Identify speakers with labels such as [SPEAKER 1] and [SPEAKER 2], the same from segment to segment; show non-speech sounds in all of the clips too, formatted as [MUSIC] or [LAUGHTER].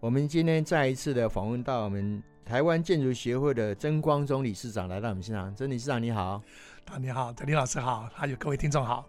[SPEAKER 1] 我们今天再一次的访问到我们台湾建筑协会的曾光宗理事长来到我们现场，曾理事长你好。
[SPEAKER 2] 啊，你好，李老师好，还有各位听众好。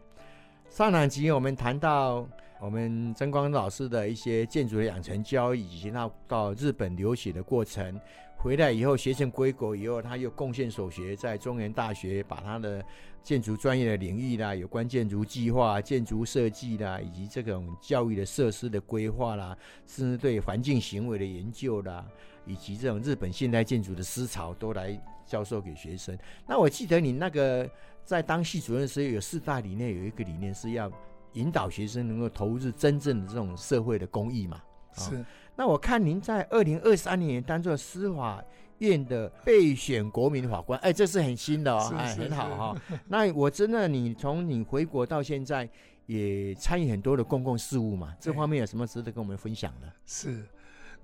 [SPEAKER 1] 上两集我们谈到我们曾光老师的一些建筑的养成教育，以及他到日本留学的过程。回来以后，学成归国以后，他又贡献所学，在中原大学把他的建筑专业的领域啦，有关建筑计划、建筑设计啦，以及这种教育的设施的规划啦，甚至对环境行为的研究啦，以及这种日本现代建筑的思潮，都来教授给学生。那我记得你那个在当系主任的时候，有四大理念，有一个理念是要引导学生能够投入真正的这种社会的公益嘛。哦
[SPEAKER 2] 是
[SPEAKER 1] 那我看您在二零二三年当做司法院的备选国民法官，哎，这是很新的哦，
[SPEAKER 2] 是
[SPEAKER 1] 哎，
[SPEAKER 2] 是
[SPEAKER 1] 很好哈、
[SPEAKER 2] [LAUGHS]
[SPEAKER 1] 那我真的，你从你回国到现在，也参与很多的公共事务嘛，这
[SPEAKER 2] 对
[SPEAKER 1] 方面有什么值得跟我们分享的？
[SPEAKER 2] 是，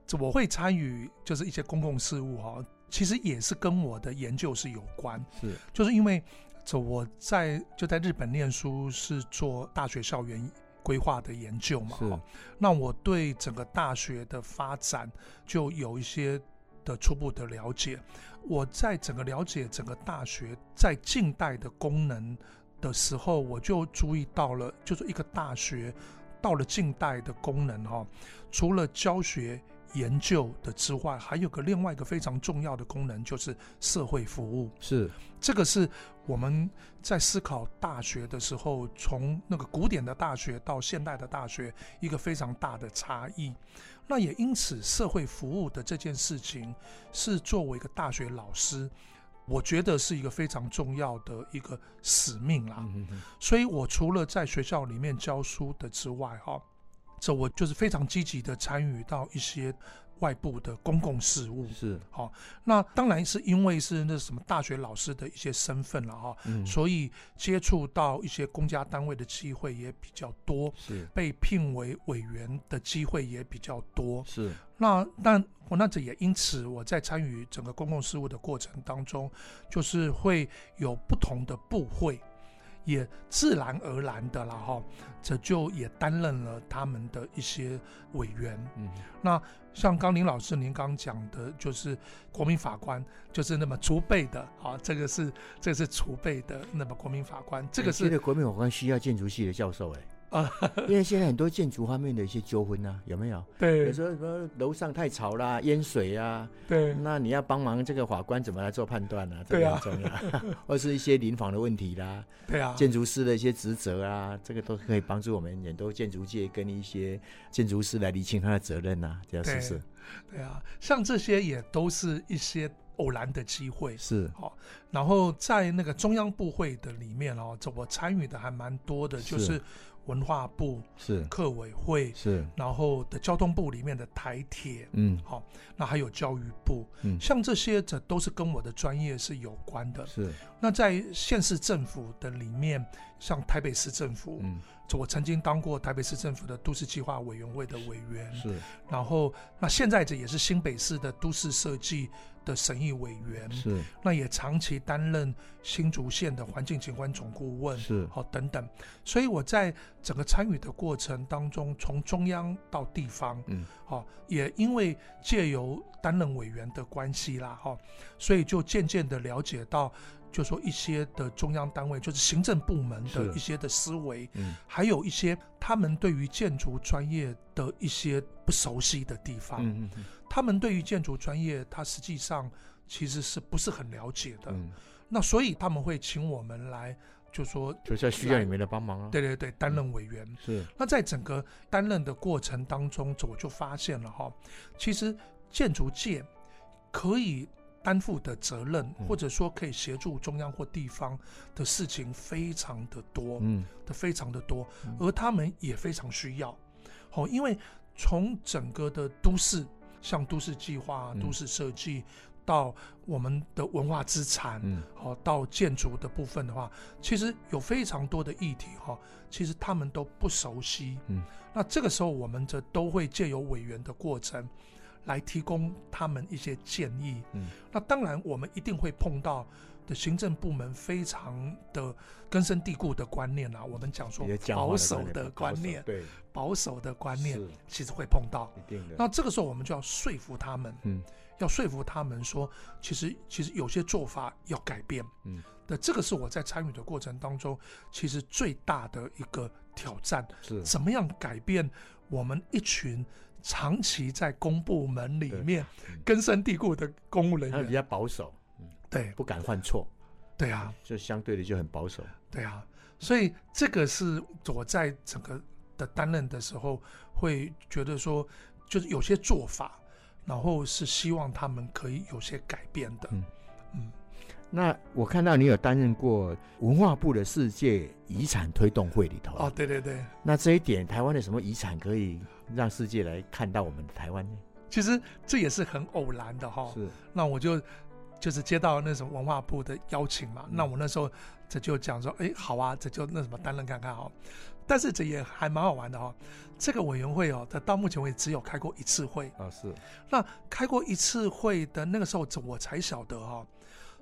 [SPEAKER 2] 这我会参与就是一些公共事务哈、哦，其实也是跟我的研究是有关，
[SPEAKER 1] 是
[SPEAKER 2] 就是因为这我在就在日本念书是做大学校园规划的研究嘛，
[SPEAKER 1] 是
[SPEAKER 2] 哦那我对整个大学的发展就有一些的初步的了解。我在整个了解整个大学在近代的功能的时候，我就注意到了，就是一个大学到了近代的功能哈、哦，除了教学。研究的之外，还有个另外一个非常重要的功能，就是社会服务。
[SPEAKER 1] 是
[SPEAKER 2] 这个是我们在思考大学的时候，从那个古典的大学到现代的大学一个非常大的差异。那也因此，社会服务的这件事情是作为一个大学老师，我觉得是一个非常重要的一个使命啦。
[SPEAKER 1] 嗯嗯
[SPEAKER 2] 所以我除了在学校里面教书的之外，哈，这我就是非常积极的参与到一些外部的公共事务
[SPEAKER 1] 嗯。是
[SPEAKER 2] 那当然是因为是那什么大学老师的一些身份了哈、
[SPEAKER 1] 嗯
[SPEAKER 2] 所以接触到一些公家单位的机会也比较多，
[SPEAKER 1] 是
[SPEAKER 2] 被聘为委员的机会也比较多。
[SPEAKER 1] 是
[SPEAKER 2] 那但我那这也因此我在参与整个公共事务的过程当中，就是会有不同的部会，也自然而然的啦哈，这就也担任了他们的一些委员。
[SPEAKER 1] 嗯
[SPEAKER 2] 像刚林老师您刚讲的，就是国民法官，就是那么储备的啊，这个是这个是储备的，那么国民法官，这个
[SPEAKER 1] 我
[SPEAKER 2] 是
[SPEAKER 1] 觉得国民法官需要建筑系的教授哎。
[SPEAKER 2] 啊，
[SPEAKER 1] [LAUGHS] 因为现在很多建筑方面的一些纠纷啊，有没有？有
[SPEAKER 2] 对
[SPEAKER 1] 时候什么楼上太吵啦、淹水啊，
[SPEAKER 2] 对
[SPEAKER 1] 那你要帮忙这个法官怎么来做判断呢、啊？这
[SPEAKER 2] 对
[SPEAKER 1] 个
[SPEAKER 2] 啊
[SPEAKER 1] 很重要， [LAUGHS] 或是一些临房的问题啦，
[SPEAKER 2] 对啊，
[SPEAKER 1] 建筑师的一些职责啊，这个都可以帮助我们很多建筑界跟一些建筑师来厘清他的责任啊，这样是不是？
[SPEAKER 2] 对啊，像这些也都是一些偶然的机会。
[SPEAKER 1] 是
[SPEAKER 2] 好，然后在那个中央部会的里面哦，这我参与的还蛮多的，
[SPEAKER 1] 是
[SPEAKER 2] 就是文化部、
[SPEAKER 1] 是
[SPEAKER 2] 客委会，
[SPEAKER 1] 是，
[SPEAKER 2] 然后的交通部里面的台铁，
[SPEAKER 1] 嗯
[SPEAKER 2] 那还有教育部，
[SPEAKER 1] 嗯
[SPEAKER 2] 像这些这都是跟我的专业是有关的。
[SPEAKER 1] 是
[SPEAKER 2] 那在县市政府的里面，像台北市政府，
[SPEAKER 1] 嗯
[SPEAKER 2] 这我曾经当过台北市政府的都市计划委员会的委员，
[SPEAKER 1] 是
[SPEAKER 2] 然后那现在这也是新北市的都市设计的审议委员，
[SPEAKER 1] 是
[SPEAKER 2] 那也长期担任新竹县的环境景观总顾问，
[SPEAKER 1] 是
[SPEAKER 2] 好、等等。所以我在整个参与的过程当中，从中央到地方，
[SPEAKER 1] 嗯，
[SPEAKER 2] 好、也因为借由担任委员的关系啦，哈、所以就渐渐的了解到，就说一些的中央单位，就是行政部门的
[SPEAKER 1] 是
[SPEAKER 2] 一些的思维，
[SPEAKER 1] 嗯
[SPEAKER 2] 还有一些他们对于建筑专业的一些不熟悉的地方，
[SPEAKER 1] 嗯嗯
[SPEAKER 2] 他们对于建筑专业，他实际上其实是不是很了解的。
[SPEAKER 1] 嗯，
[SPEAKER 2] 那所以他们会请我们来，就说
[SPEAKER 1] 就是要需要你们的帮忙啊，
[SPEAKER 2] 对对对，担任委员。
[SPEAKER 1] 是
[SPEAKER 2] 那在整个担任的过程当中，我就发现了哈，其实建筑界可以担负的责任，
[SPEAKER 1] 嗯
[SPEAKER 2] 或者说可以协助中央或地方的事情非常的多。
[SPEAKER 1] 嗯
[SPEAKER 2] 的非常的多
[SPEAKER 1] 嗯，
[SPEAKER 2] 而他们也非常需要。好、因为从整个的都市像都市计划、
[SPEAKER 1] 嗯
[SPEAKER 2] 都市设计，到我们的文化资产，
[SPEAKER 1] 嗯
[SPEAKER 2] 好、哦到建筑的部分的话，其实有非常多的议题哈、其实他们都不熟悉。
[SPEAKER 1] 嗯，
[SPEAKER 2] 那这个时候我们这都会借由委员的过程来提供他们一些建议。
[SPEAKER 1] 嗯，
[SPEAKER 2] 那当然我们一定会碰到的行政部门非常的根深蒂固的观念啊，我们讲说
[SPEAKER 1] 比较僵化
[SPEAKER 2] 保守
[SPEAKER 1] 的
[SPEAKER 2] 的
[SPEAKER 1] 观
[SPEAKER 2] 观念，
[SPEAKER 1] 对，
[SPEAKER 2] 保守的观念
[SPEAKER 1] 是
[SPEAKER 2] 其实会碰到。
[SPEAKER 1] 一定的。
[SPEAKER 2] 那这个时候我们就要说服他们，
[SPEAKER 1] 嗯，
[SPEAKER 2] 要说服他们说，其实其实有些做法要改变，
[SPEAKER 1] 嗯，
[SPEAKER 2] 那这个是我在参与的过程当中，其实最大的一个挑战，
[SPEAKER 1] 是
[SPEAKER 2] 怎么样改变我们一群长期在公部门里面
[SPEAKER 1] 对嗯
[SPEAKER 2] 根深蒂固的公务人
[SPEAKER 1] 他们比
[SPEAKER 2] 员，
[SPEAKER 1] 较保守，嗯，
[SPEAKER 2] 对
[SPEAKER 1] 不敢犯错，
[SPEAKER 2] 对啊，
[SPEAKER 1] 就相对的就很保守。
[SPEAKER 2] 对啊，所以这个是我在整个的担任的时候，会觉得说，就是有些做法，然后是希望他们可以有些改变的。
[SPEAKER 1] 嗯
[SPEAKER 2] 嗯
[SPEAKER 1] 那我看到你有担任过文化部的世界遗产推动会里头，
[SPEAKER 2] 哦，对对对，
[SPEAKER 1] 那这一点台湾的什么遗产可以让世界来看到我们台湾呢？
[SPEAKER 2] 其实这也是很偶然的哈、
[SPEAKER 1] 是，
[SPEAKER 2] 那我就就是接到那什么文化部的邀请嘛，
[SPEAKER 1] 嗯
[SPEAKER 2] 那我那时候这就讲说，哎，好啊，这就那什么担任看看哦。但是这也还蛮好玩的哦，这个委员会哦，它到目前为止只有开过一次会，
[SPEAKER 1] 哦，是，
[SPEAKER 2] 那开过一次会的那个时候，我才晓得哈、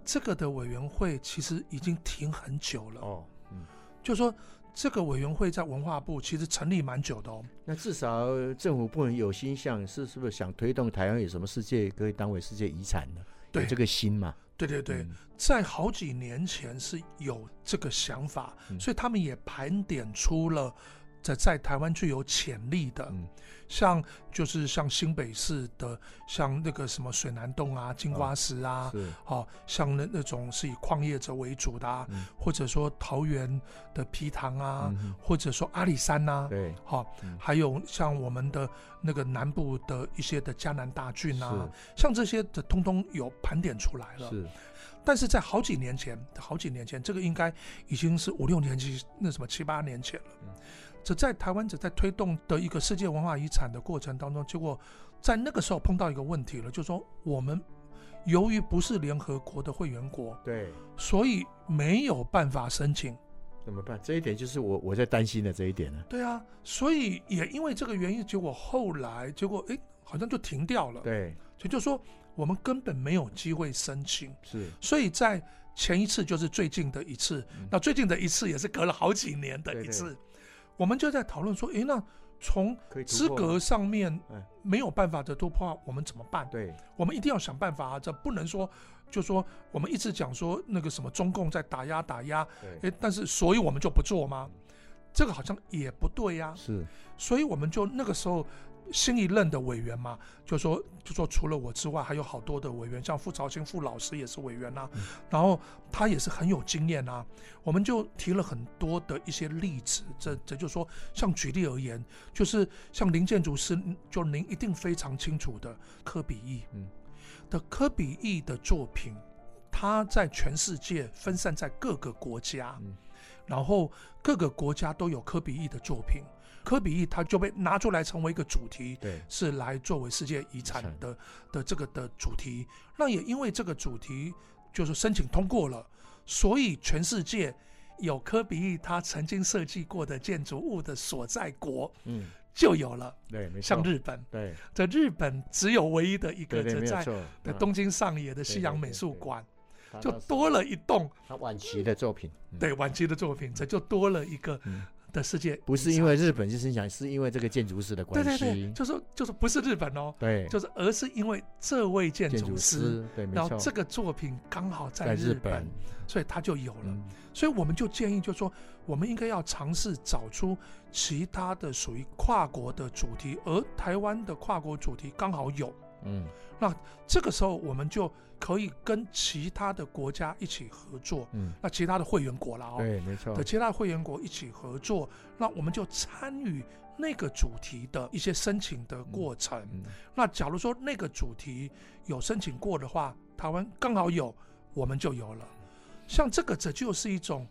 [SPEAKER 2] 这个的委员会其实已经停很久了。
[SPEAKER 1] 哦，嗯，
[SPEAKER 2] 就说这个委员会在文化部其实成立蛮久的哦。
[SPEAKER 1] 那至少政府不能有心想是是不是想推动台湾有什么世界可以当为世界遗产呢？
[SPEAKER 2] 对
[SPEAKER 1] 有这个心嘛，
[SPEAKER 2] 对对对，
[SPEAKER 1] 嗯
[SPEAKER 2] 在好几年前是有这个想法，
[SPEAKER 1] 嗯
[SPEAKER 2] 所以他们也盘点出了在在台湾具有潜力的，
[SPEAKER 1] 嗯
[SPEAKER 2] 像就是像新北市的，像那个什么水南洞啊、金瓜石啊，
[SPEAKER 1] 是，
[SPEAKER 2] 哦，像那那种是以矿业者为主的、啊，
[SPEAKER 1] 嗯
[SPEAKER 2] 或者说桃园的皮塘啊，
[SPEAKER 1] 嗯哼
[SPEAKER 2] 或者说阿里山呐、
[SPEAKER 1] 对，
[SPEAKER 2] 好、
[SPEAKER 1] 嗯
[SPEAKER 2] 还有像我们的那个南部的一些的迦南大郡啊，像这些的通通有盘点出来了。
[SPEAKER 1] 是，
[SPEAKER 2] 但是在好几年前，好几年前，这个应该已经是五六年前，那什么七八年前了
[SPEAKER 1] 嗯。
[SPEAKER 2] 这在台湾者在推动的一个世界文化遗产的过程当中，结果在那个时候碰到一个问题了，就是说我们由于不是联合国的会员国，
[SPEAKER 1] 对，
[SPEAKER 2] 所以没有办法申请。
[SPEAKER 1] 怎么办？这一点就是我我在担心的这一点呢、
[SPEAKER 2] 对啊，所以也因为这个原因，结果后来结果哎，好像就停掉了。，
[SPEAKER 1] 对，
[SPEAKER 2] 也就是说我们根本没有机会申请。
[SPEAKER 1] 是，
[SPEAKER 2] 所以在前一次就是最近的一次，
[SPEAKER 1] 嗯
[SPEAKER 2] 那最近的一次也是隔了好几年的一次，
[SPEAKER 1] 对
[SPEAKER 2] 我们就在讨论说，诶，那从
[SPEAKER 1] 可以突
[SPEAKER 2] 资
[SPEAKER 1] 破
[SPEAKER 2] 格
[SPEAKER 1] 吗
[SPEAKER 2] 上面
[SPEAKER 1] 哎
[SPEAKER 2] 没有办法的突破，我们怎么办？
[SPEAKER 1] 对，
[SPEAKER 2] 我们一定要想办法啊！这不能说就说我们一直讲说那个什么中共在打压打压，
[SPEAKER 1] 对，
[SPEAKER 2] 诶，但是所以我们就不做吗？这个好像也不对啊呀、
[SPEAKER 1] 哎是，
[SPEAKER 2] 所以我们就那个时候新一任的委员嘛，就说就说除了我之外，还有好多的委员，像傅朝清傅老师也是委员呐、
[SPEAKER 1] 嗯
[SPEAKER 2] 然后他也是很有经验呐、我们就提了很多的一些例子，这这就说像举例而言，就是像林建筑师，就您一定非常清楚的科比意，
[SPEAKER 1] 嗯
[SPEAKER 2] 的科比意的作品。他在全世界分散在各个国家，
[SPEAKER 1] 嗯
[SPEAKER 2] 然后各个国家都有科比意的作品，科比意它就被拿出来成为一个主题，
[SPEAKER 1] 对，
[SPEAKER 2] 是来作为世界遗产
[SPEAKER 1] 遗产
[SPEAKER 2] 的的这个的主题。那也因为这个主题就是申请通过了，所以全世界有科比意他曾经设计过的建筑物的所在国
[SPEAKER 1] 嗯，
[SPEAKER 2] 就有了，
[SPEAKER 1] 对，没错，
[SPEAKER 2] 像日本，
[SPEAKER 1] 对，
[SPEAKER 2] 这日本只有唯一的一
[SPEAKER 1] 对
[SPEAKER 2] 个
[SPEAKER 1] 对，
[SPEAKER 2] 这
[SPEAKER 1] 没有
[SPEAKER 2] 在
[SPEAKER 1] 错，
[SPEAKER 2] 的
[SPEAKER 1] 嗯
[SPEAKER 2] 东京上野的西洋美术馆
[SPEAKER 1] 啊
[SPEAKER 2] 就多了一栋，
[SPEAKER 1] 他晚期的作品，嗯
[SPEAKER 2] 对晚期的作品，这就多了一个
[SPEAKER 1] 嗯
[SPEAKER 2] 的世界遗产，
[SPEAKER 1] 不是因为日本就是想，是因为这个建筑师的
[SPEAKER 2] 对
[SPEAKER 1] 关
[SPEAKER 2] 对
[SPEAKER 1] 系，
[SPEAKER 2] 对，就是就是不是日本哦，
[SPEAKER 1] 对
[SPEAKER 2] 就是而是因为这位建
[SPEAKER 1] 建
[SPEAKER 2] 筑
[SPEAKER 1] 筑
[SPEAKER 2] 师，
[SPEAKER 1] 师，对，没
[SPEAKER 2] 然后
[SPEAKER 1] 错，
[SPEAKER 2] 这个作品刚好在
[SPEAKER 1] 在
[SPEAKER 2] 日
[SPEAKER 1] 本，
[SPEAKER 2] 所以他就有了。
[SPEAKER 1] 嗯，
[SPEAKER 2] 所以我们就建议，就说我们应该要尝试找出其他的属于跨国的主题，而台湾的跨国主题刚好有。
[SPEAKER 1] 嗯，
[SPEAKER 2] 这个时候，我们就可以跟其他的国家一起合作，
[SPEAKER 1] 嗯，
[SPEAKER 2] 那其他的会员国啦哦，
[SPEAKER 1] 对，没错
[SPEAKER 2] 的，其他会员国一起合作，那我们就参与那个主题的一些申请的过程。
[SPEAKER 1] 嗯，
[SPEAKER 2] 那假如说那个主题有申请过的话，台湾刚好有，我们就有了。像这个，这就是一种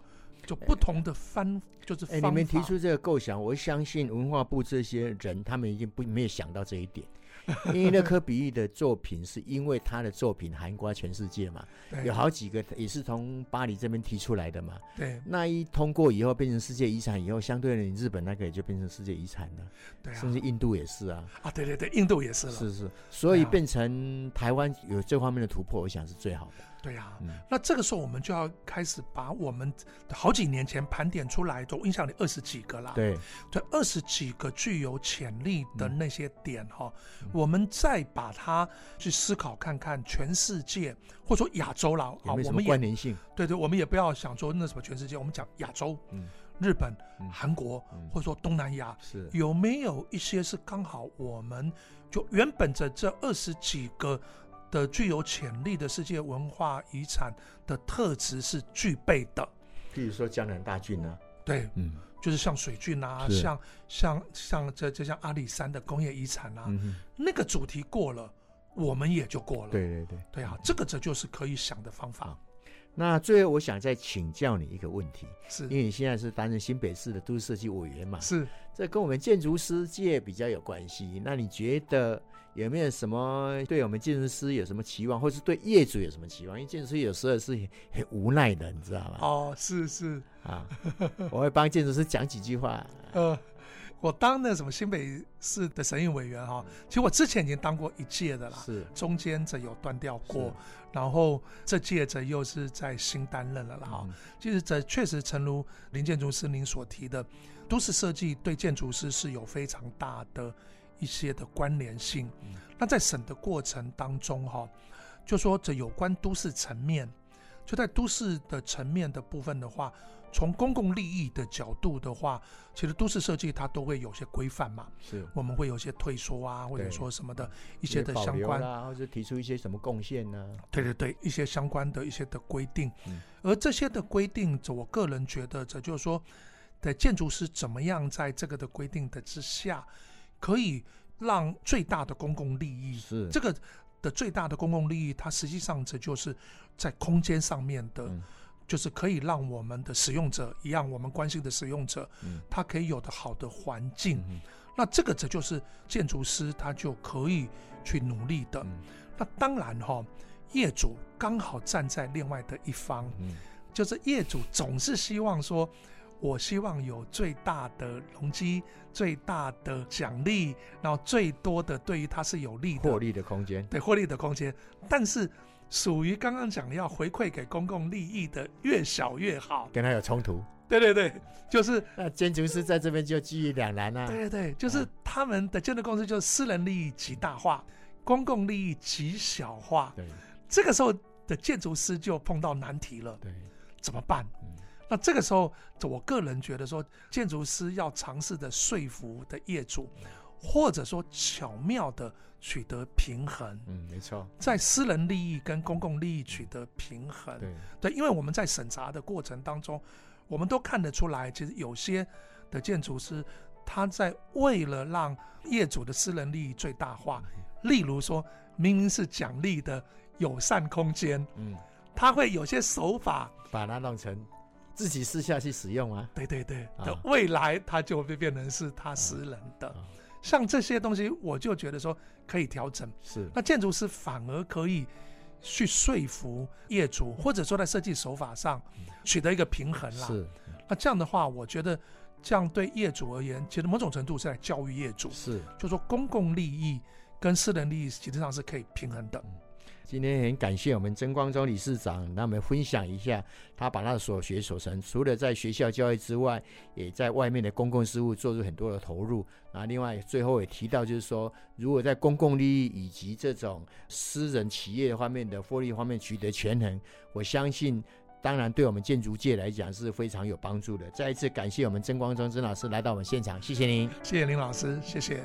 [SPEAKER 2] 就不同的方，就是
[SPEAKER 1] 哎，
[SPEAKER 2] 方法。
[SPEAKER 1] 你们提出这个构想，我相信文化部这些人他们已经不没有想到这一点， [LAUGHS] 因为勒科比喻的作品是因为他的作品涵盖全世界嘛，有
[SPEAKER 2] 对
[SPEAKER 1] 好几个也是从巴黎这边提出来的嘛。
[SPEAKER 2] 对
[SPEAKER 1] 那一通过以后变成世界遗产以后，相对的你日本那个也就变成世界遗产了，
[SPEAKER 2] 对啊
[SPEAKER 1] 甚至印度也是啊，
[SPEAKER 2] 啊，对对对，印度也是了，
[SPEAKER 1] 是是，所以
[SPEAKER 2] 对啊
[SPEAKER 1] 变成台湾有这方面的突破，我想是最好的。
[SPEAKER 2] 对呀、
[SPEAKER 1] 嗯
[SPEAKER 2] 那这个时候我们就要开始把我们好几年前盘点出来的，我印象里二十几个啦，
[SPEAKER 1] 对，
[SPEAKER 2] 对，啊二十几个具有潜力的
[SPEAKER 1] 嗯
[SPEAKER 2] 那些点哈、
[SPEAKER 1] 嗯
[SPEAKER 2] 我们再把它去思考看看，全世界或者说亚洲啦，啊，
[SPEAKER 1] 有没有
[SPEAKER 2] 我
[SPEAKER 1] 什么
[SPEAKER 2] 们
[SPEAKER 1] 关
[SPEAKER 2] 也
[SPEAKER 1] 联性？
[SPEAKER 2] 对对，我们也不要想说那什么全世界，我们讲亚洲、
[SPEAKER 1] 嗯
[SPEAKER 2] 日本、
[SPEAKER 1] 嗯
[SPEAKER 2] 韩国
[SPEAKER 1] 嗯
[SPEAKER 2] 或者说东南亚，
[SPEAKER 1] 是
[SPEAKER 2] 有没有一些是刚好我们就原本着这二十几个的具有潜力的世界文化遗产的特质是具备的？
[SPEAKER 1] 譬如说江南大郡呢、
[SPEAKER 2] 对，
[SPEAKER 1] 嗯
[SPEAKER 2] 就是像水郡啊，
[SPEAKER 1] 是
[SPEAKER 2] 像像像这这像阿里山的工业遗产啊，
[SPEAKER 1] 嗯哼，
[SPEAKER 2] 那个主题过了，我们也就过了。
[SPEAKER 1] 对啊对对。
[SPEAKER 2] 对啊，这个这就是可以想的方法
[SPEAKER 1] 好。那最后我想再请教你一个问题，因
[SPEAKER 2] 是
[SPEAKER 1] 为你现在是担任新北市的都市设计委员嘛，
[SPEAKER 2] 是，
[SPEAKER 1] 这跟我们建筑师界比较有关系。那你觉得有没有什么对我们建筑师有什么期望，或是对业主有什么期望？因为建筑师有时候是很无奈的，你知道吗？
[SPEAKER 2] 哦，是是，
[SPEAKER 1] 啊，我会帮建筑师讲几句
[SPEAKER 2] [LAUGHS]
[SPEAKER 1] 话。
[SPEAKER 2] 呃，我当那什么新北市的审议委员哈、其实我之前已经当过一届的啦。
[SPEAKER 1] 是
[SPEAKER 2] 中间这有断掉过
[SPEAKER 1] 是，
[SPEAKER 2] 然后这届这又是在新担任了啦。哈、
[SPEAKER 1] 嗯
[SPEAKER 2] 其实这确实，诚如林建筑师您所提的，都市设计对建筑师是有非常大的一些的关联性。
[SPEAKER 1] 嗯
[SPEAKER 2] 那在审的过程当中、哈，就说这有关都市层面，就在都市的层面的部分的话，从公共利益的角度的话，其实都市设计它都会有些规范嘛，
[SPEAKER 1] 是
[SPEAKER 2] 我们会有些退缩啊，或者
[SPEAKER 1] 对嗯
[SPEAKER 2] 说什么的一
[SPEAKER 1] 一
[SPEAKER 2] 些的相关
[SPEAKER 1] 啊，或者提出一些什么贡献呢、
[SPEAKER 2] 对对对，一些相关的一些的规定，
[SPEAKER 1] 嗯
[SPEAKER 2] 而这些的规定，这我个人觉得，这就是说，的建筑师怎么样在这个的规定的之下，可以让最大的公共利益，
[SPEAKER 1] 是
[SPEAKER 2] 这个的最大的公共利益，它实际上这就是在空间上面的，
[SPEAKER 1] 嗯
[SPEAKER 2] 就是可以让我们的使用者一样，我们关心的使用者，
[SPEAKER 1] 嗯
[SPEAKER 2] 他可以有的好的环境，
[SPEAKER 1] 嗯
[SPEAKER 2] 那这个这就是建筑师他就可以去努力的。
[SPEAKER 1] 嗯
[SPEAKER 2] 那当然哈、业主刚好站在另外的一方， [LAUGHS]
[SPEAKER 1] 嗯
[SPEAKER 2] 就是业主总是希望说，我希望有最大的容积、最大的奖励，然后最多的对于他是有利的
[SPEAKER 1] 获利的空间。
[SPEAKER 2] 对获利的空间，但是属于刚刚讲的要回馈给公共利益的越小越好。
[SPEAKER 1] 跟他有冲突，
[SPEAKER 2] 对对对，就是
[SPEAKER 1] 那建筑师在这边就基于两难啊。
[SPEAKER 2] 对对对，就是他们的建筑公司就是私人利益极大化，公共利益极小化。
[SPEAKER 1] 对
[SPEAKER 2] 这个时候的建筑师就碰到难题了，
[SPEAKER 1] 对，
[SPEAKER 2] 怎么办？
[SPEAKER 1] 嗯
[SPEAKER 2] 那这个时候，我个人觉得说，建筑师要尝试的说服的业主，或者说巧妙的取得平衡，
[SPEAKER 1] 嗯，没错，
[SPEAKER 2] 在私人利益跟公共利益取得平衡。
[SPEAKER 1] 对，
[SPEAKER 2] 对，因为我们在审查的过程当中，我们都看得出来，其实有些的建筑师他在为了让业主的私人利益最大化，例如说，明明是奖励的友善空间，
[SPEAKER 1] 嗯，
[SPEAKER 2] 他会有些手法，
[SPEAKER 1] 把它弄成自己私下去使用啊。
[SPEAKER 2] 对对对
[SPEAKER 1] 啊
[SPEAKER 2] 的，未来他就会变成是他私人的
[SPEAKER 1] 啊。
[SPEAKER 2] 像这些东西，我就觉得说可以调整。
[SPEAKER 1] 是，
[SPEAKER 2] 那建筑师反而可以去说服业主，或者说在设计手法上取得一个平衡啦。
[SPEAKER 1] 嗯是
[SPEAKER 2] 那这样的话，我觉得这样对业主而言，其实某种程度是在教育业主，
[SPEAKER 1] 是。
[SPEAKER 2] 就说公共利益跟私人利益实际上是可以平衡的。
[SPEAKER 1] 嗯今天很感谢我们曾光洲理事长，那我们分享一下他把他所学所成，除了在学校教育之外，也在外面的公共事务做出很多的投入。那另外最后也提到，就是说，如果在公共利益以及这种私人企业方面的获利方面取得权衡，我相信。当然，对我们建筑界来讲是非常有帮助的。再一次感谢我们曾光中曾老师来到我们现场，谢谢您。
[SPEAKER 2] 谢谢林老师，谢谢。